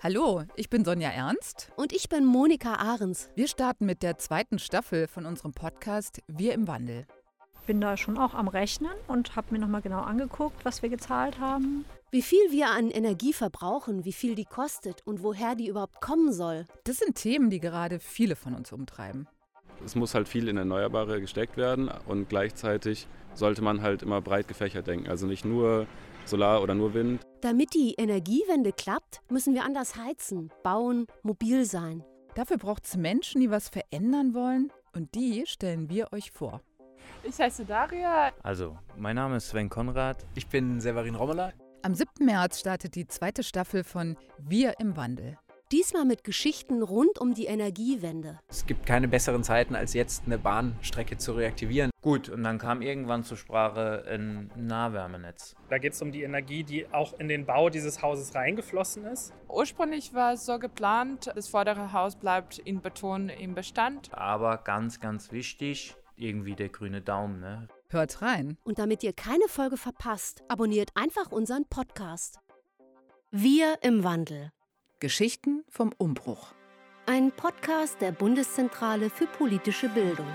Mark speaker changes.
Speaker 1: Hallo, ich bin Sonja Ernst.
Speaker 2: Und ich bin Monika Ahrens.
Speaker 1: Wir starten mit der zweiten Staffel von unserem Podcast Wir im Wandel.
Speaker 3: bin da schon auch am Rechnen und habe mir nochmal genau angeguckt, was wir gezahlt haben.
Speaker 2: Wie viel wir an Energie verbrauchen, wie viel die kostet und woher die überhaupt kommen soll.
Speaker 1: Das sind Themen, die gerade viele von uns umtreiben.
Speaker 4: Es muss halt viel in Erneuerbare gesteckt werden und gleichzeitig sollte man halt immer breit gefächert denken. Also nicht nur Solar oder nur Wind.
Speaker 2: Damit die Energiewende klappt, müssen wir anders heizen, bauen, mobil sein.
Speaker 1: Dafür braucht es Menschen, die was verändern wollen und die stellen wir euch vor.
Speaker 5: Ich heiße Daria.
Speaker 6: Also, mein Name ist Sven Konrad.
Speaker 7: Ich bin Severin Rommeler.
Speaker 1: Am 7. März startet die zweite Staffel von Wir im Wandel.
Speaker 2: Diesmal mit Geschichten rund um die Energiewende.
Speaker 7: Es gibt keine besseren Zeiten, als jetzt eine Bahnstrecke zu reaktivieren.
Speaker 6: Gut, und dann kam irgendwann zur Sprache ein Nahwärmenetz.
Speaker 8: Da geht es um die Energie, die auch in den Bau dieses Hauses reingeflossen ist.
Speaker 5: Ursprünglich war es so geplant, das vordere Haus bleibt in Beton im Bestand.
Speaker 6: Aber ganz, ganz wichtig, irgendwie der grüne Daumen, ne?
Speaker 1: Hört rein.
Speaker 2: Und damit ihr keine Folge verpasst, abonniert einfach unseren Podcast. Wir im Wandel.
Speaker 1: Geschichten vom Umbruch.
Speaker 2: Ein Podcast der Bundeszentrale für politische Bildung.